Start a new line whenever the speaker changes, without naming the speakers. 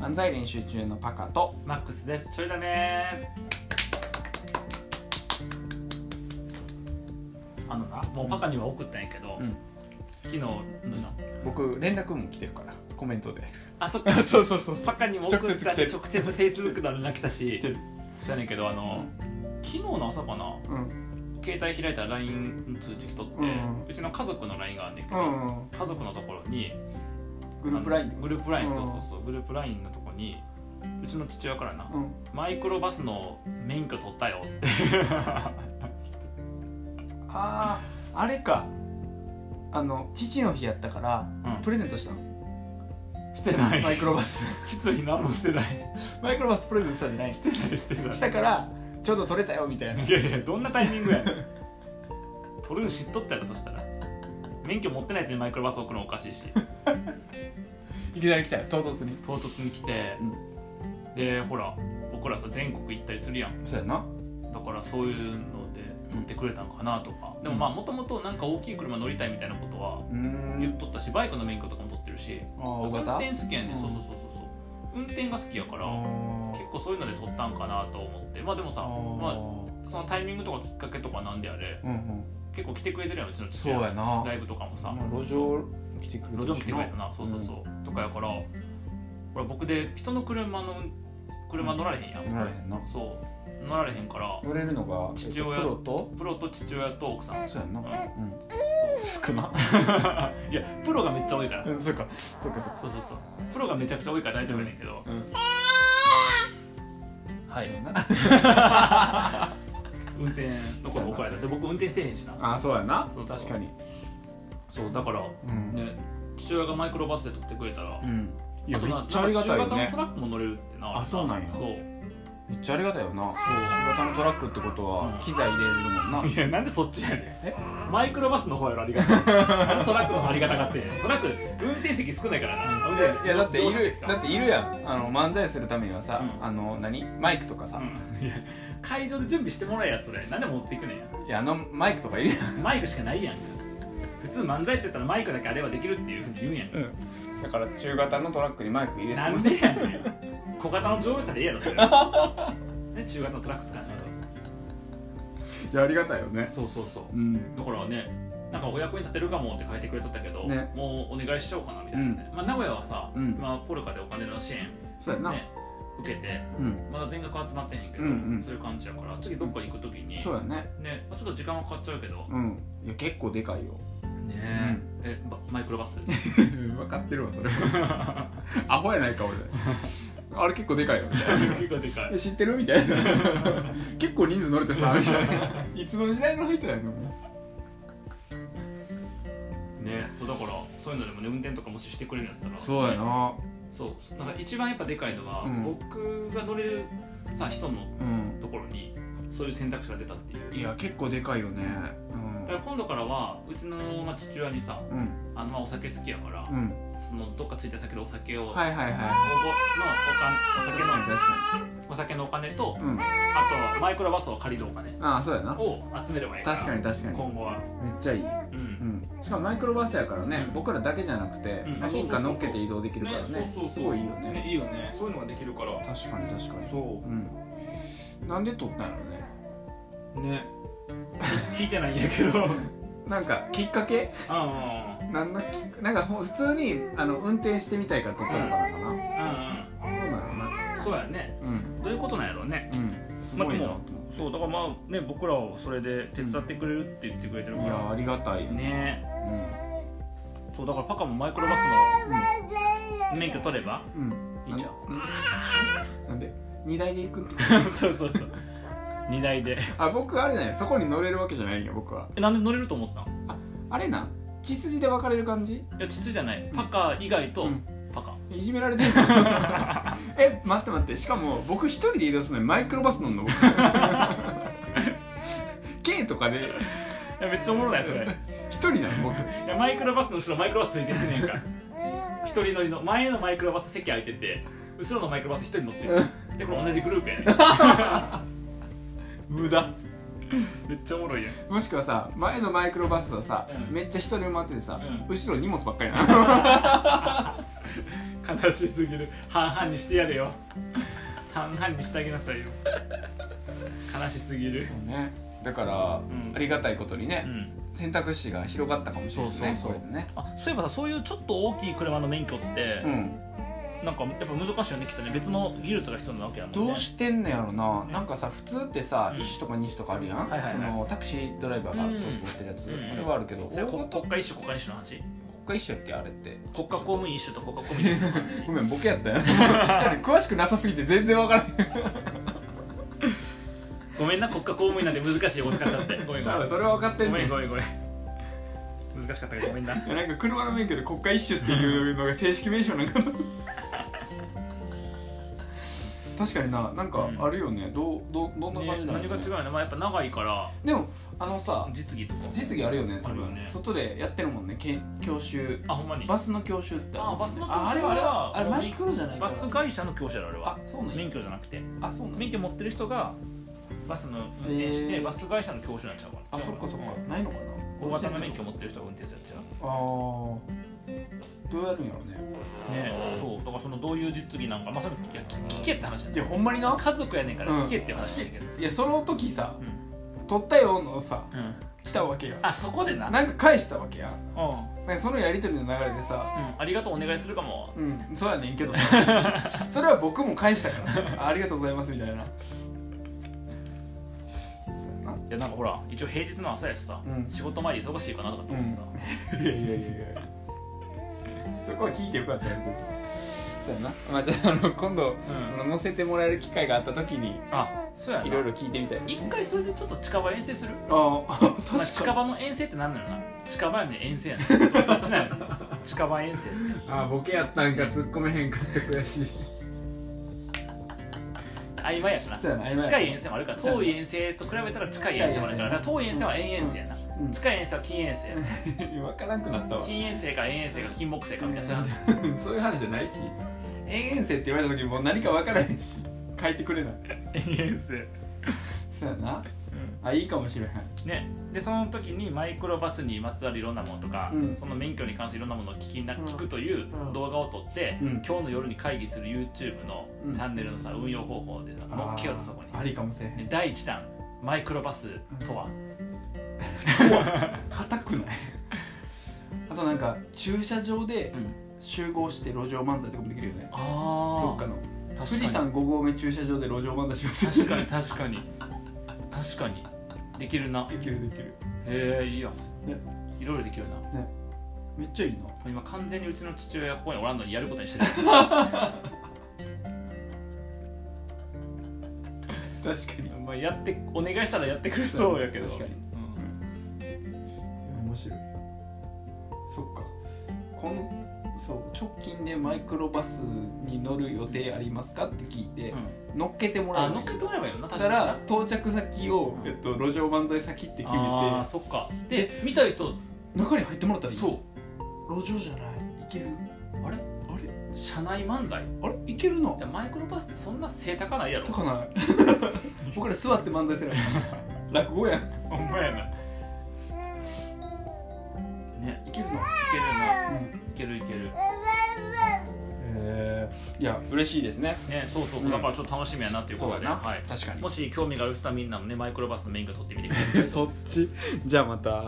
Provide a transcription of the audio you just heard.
漫才練習中のパカと
マックスですちょいだめあのなもうパカには送ったんやけど、
うん
昨日どうしたの
僕連絡も来てるからコメントで
あそっか
そうそうそう
パカにも送っ
直接
たし
来てる
直接フェイスブックの連絡 来たし
来てる
したねんけどあの、昨日の朝かな
うん
携帯開いたら LINE の通知来とって、
う
うんちの家族の LINE があんねんけ
う
ど、
んうん
家族のところに
グループライン
あのグループライン
うん
そうそうそうグループラインのとこにうちの父親からな、
うん
マイクロバスの免許取ったよって
あああれかあの父の日やったから
うん
プレゼントしたの
してない
マイクロバス
父の日何もしてない
マイクロバスプレゼントしたんじゃない
してないしてない
したからちょうど取れたよみたいない
やいやどんなタイミングやね ん取るの知っとったやろそしたら免許持ってないやつにマイクロバス送るのおかしいし
いきなり来たよ唐突に
唐突に来て、でほら僕らさ全国行ったりするやん
そうやな
だからそういうので乗ってくれたのかなとか、でも
うん
まあもともとなんか大きい車乗りたいみたいなことは
うー
言っ
ん
とったしバイクの免許とかも取ってるし
ああ大
運
型
転好きやね、
うん
そうそうそうそう運転が好きやから
あ
結構そういうので取ったんかなと思ってまあでもさ
あ
まあ、そのタイミングとかきっかけとかなんであれ
うんうん
結構来てくれてるやんうちの父
そう
親
やな
ライブとかもさ
まあ路上来てくれ
路上も来てくれた
な
なそうそうそう、とかやからほら僕で人の車の車乗られへんやん、
乗られへんな
そう乗られへんから
乗れるのが
父親
えっとプロと
プロと父親と奥さん
そうやんな
うん
うん
そう
少な
いやプロがめっちゃ多いから
そうかそうかそうか
そうそうそうプロがめちゃくちゃ多いから大丈夫やねんけど
うんはい
運転のこと怒られたで僕運転せえへんしな
あそうやな
そうそう
確かに
そうだから
うん
ね父親がマイクロバスで取ってくれたら、
うんいや
と
めっ
な
ちゃありがたい
な
よ
んか中型の
ね
トラックも乗れるってな
あそうなんや
そう
めっちゃありがたいよな中型のトラックってこと
う
は
ん
機材入れれるもんない
やなんでそっちやね
え
んマイクロバスの方やろありが たいなんでトラックの方ありがたがってんねんトラック運転席少ないからな運転席
いやだっている
乗
だっているやんあの漫才するためにはさ、
うん
あの何マイクとかさ、
うんいや会場で準備してもらえやそれなんで持っていくねんや
いやあのマイクとかいるや
マイクしかないやんか普通漫才って言ったらマイクだけあればできるっていうふうに言うんやんか
ん、だから中型のトラックにマイク入れて
なんでやねん小型の乗用車でええやろ それね中型のトラック使わない
いやありがたいよね
とそうそうそ
う
う
ん
だからねなんかお役に立てるかもって書いてくれとったけど、
ね
もうお願いしちゃおうかなみたいなね、まあ、名古屋はさ、
うん
今ポルカでお金の支援、
そうやな、
ね、受けて
うん
まだ全額集まってへんけど、
うんうん
そういう感じやから次どっか行く時に、
そうやね
ねまあ、ちょっと時間はかかっちゃうけど、
うんいや結構でかいよ
ねえばマイクロバス
分かってるわそれ アホやないか俺あれ結構で かいよみたいな
結構でか
え
い
知ってるみたいな 結構人数乗れてさみたい ないつの時代の人やねんも
ねそうだからそういうのでもね運転とかもししてくれるんやったら
うそうやな
そうなんか一番やっぱでかいのは、
うん
僕が乗れるさ人の
うん
ところにそういう選択肢が出たっていう
いや結構でかいよね
だから今度からはうちの、まあ、父親にさ
うんうん
あの、まあ、お酒好きやから、
うん
そのどっかついた先でお酒を、
はいはい
お
はい
ごのお
確
金
か
お
に
酒
確
の
か
お酒のお金と、
にうん
あとはマイクロバスを借りるお金
ああそうやな
を集めればいいから
確かに確かに
今後は
めっちゃいい、
う、
うんん、しかもマイクロバスやからね、
うん
僕らだけじゃなくて、
うん
何人か乗っけて移動できるからね
そうそうそう
すごいいいよね
ねいいよねそういうのができるから
確かに確かに
そう
うんなんで撮ったんやろね
ね聞い てないんやけどうんうん
なんかきっかけなんのきっかなんかほ普通にあの運転してみたいから撮ったのかなかな、
うん
そうなのな
うんそうやね
うん
どういうことなんやろうね
うんすごいなと思って
そうだからまあね僕らをそれで手伝ってくれるって言ってくれてる
い
か
や
ら
ありがたいよ
ね
う
そうだからパカもマイクロバスの免許取れば
んうん
いいんちゃう
うんなんで荷台で行くって
そうそうそう荷台で
あ僕あれねそこに乗れるわけじゃないんよ僕は
えなんで乗れると思ったん
あれな血筋で分かれる感じ
いや父じゃないパカ以外と
うん
パカ、
いじめられてる え待って待ってしかも僕一人で移動するのにマイクロバス乗 んの僕 K とかで
いやめっちゃおもろないそれい
一人なの僕
やマイクロバスの後ろマイクロバスついてるねんから一人乗りの前のマイクロバス席空いてて後ろのマイクロバス一人乗ってるでこれ同じグループ やね無駄めっちゃおもろいやん
もしくはさ前のマイクロバスはさ、
うん
めっちゃ人に埋まっててさ、
うん
後ろ荷物ばっかりなの
悲しすぎる半々にしてやれよ半々にしてあげなさいよ悲しすぎる
そうねだから、
ん
ありがたいことに
う
ね、
ん
選択肢が広がったかもしれないね
そうそうそう
これでね
あそういえばさそういうちょっと大きい車の免許って、
うん、
なんかやっぱ難しいよねきっとね別の技術が必要なわけやもんね
どうしてんねやろな、
ね
なんかさ普通ってさ、
うん
一1種とか2種とかあるやん、
はいはいはい
そのタクシードライバーが
うん
トップ持ってるやつ、
うん
あれはあるけど、
それ
大
国
ごと
国家一種国家一種の話
国家一緒やっけあれって
国家公務員一種と国家公務員一種の話
ごめんボケやった よちょっと詳しくなさすぎて全然わからない
ごめんな国家公務員なんて難しいお使っちゃってごめんごめん
それは分かって
ご
ん
め
ね
ん
ん
ごめんごめん難しかったからごめんな
なんか車の免許で国家一種っていうのが正式名称なんかな確かにななんかあるよね、どうどうどんな感じなの、
ね何が違うの、まあ、やっぱ長いから
でもあのさ
実技とか
実技あるよね多
ある
分
よね
外でやってるもんねけ教習
あほんまに
バスの教習ってるもんね
あバスの教習は
あれはあれはあれマイクロじゃないか
バ
ら
ス会社の教師だろあれは
あそうなんや
免許じゃなくて
あそうなんや
免許持ってる人がバスの運転して、
へー
バス会社の教師なんちゃうかな
あそっかそっかないのかな
大型の免許持ってる人が運転するやつや
あーどうやるんやろうね
ねそうだからそのどういう実技なんかまあそれいや聞聞けって話だ
いや
ね
ほんまにな
家族やねんから
うん
聞けって話だけど
いやその時さ
うん、
「取ったよ」のさ
うん
来たわけや
あそこでな
なんか返したわけや
うん、うん、
なんかそのやり取りの流れでさ
ありがとうお願いするかも
うんそうやねんけどさ それは僕も返したからあありがとうございますみたいなそうやない
やなんかほら一応平日の朝やしさ、
うん
仕事前で忙しいかなとかと思ってさ、
いやいやいやいやそこは聞いてよかったやつそうやなまあじゃああの今度、
ん
あの載せてもらえる機会があった時に
あそうやない
ろいろ聞いてみたい
一回それでちょっと近場遠征する、
ああ確
まあ、近場の遠征ってなんなのな近場やねん遠征やねん どどっちなんやろ近場遠征って
あボケやったんか突っ込めへんかって悔しい
曖昧やな
そうやな曖昧やな
近い遠征もあるから
そうやな
遠い遠征と比べたら近い遠征もあるからだから遠い遠征は遠遠征やな、
うん
近い遠征は近遠征やな
分からんくなった わ
近遠征か遠遠征か近木星かみたいなそういう 話
そういう話じゃないし永遠生って言われた時もう何か分からへんし書いてくれない
遠遠征
そうやなあいいかもしれへん
ね、でその時にマイクロバスにまつわるいろんなものとか、
うん
その免許に関するいろんなものを聞きな
うん
聞くという
うん
動画を撮って、
うん
今日の夜に会議する YouTube の
うん
チャンネルのさ、運用方法でさ載っけようとそこに
あーありかもしれへ
で
ん
第1弾マイクロバスとは、
硬くない あとなんか駐車場で集合して路上漫才とかもできるよねど
あ
っか
あ
の
富
富士山5合目駐車場で路上漫才します
確かに確かに確かにできるな
できるできる
へえいいよ、
ね
いろいろできるな
めっちゃいいな
今完全にうちの父親がここにおらんのにやることにしてる
確 かに
まあやってお願いしたらやってくれそうやけど
確かに
うん
面白いそっかこのそう直近でマイクロバスに乗る予定ありますかって聞いて、
う
乗っけても
ん、
ら
あ
う
乗っけてもらえばいいよな
だ
確
か
かに
ら到着先を、えっと、路上漫才先って決めて
あーそっかで見たい人
中に入ってもらったらいい
そう
路上じゃないいける
うあ
あれ
れあ社内漫才
あれいけるの
でマイクロパスってそんな背高ないやろ
とか ない僕ら座って漫才すればいい落語やん
ほんまやなね
いけるの
いけるな
うん
いけるいける
えー、いや嬉しいですね
ねそうそうそう、
うん
だからちょっと楽しみやなっていうことで、はい、
確かに
もし興味がある 人はみんなもねマイクロバスの免許取ってみてください
そっちじゃあまた。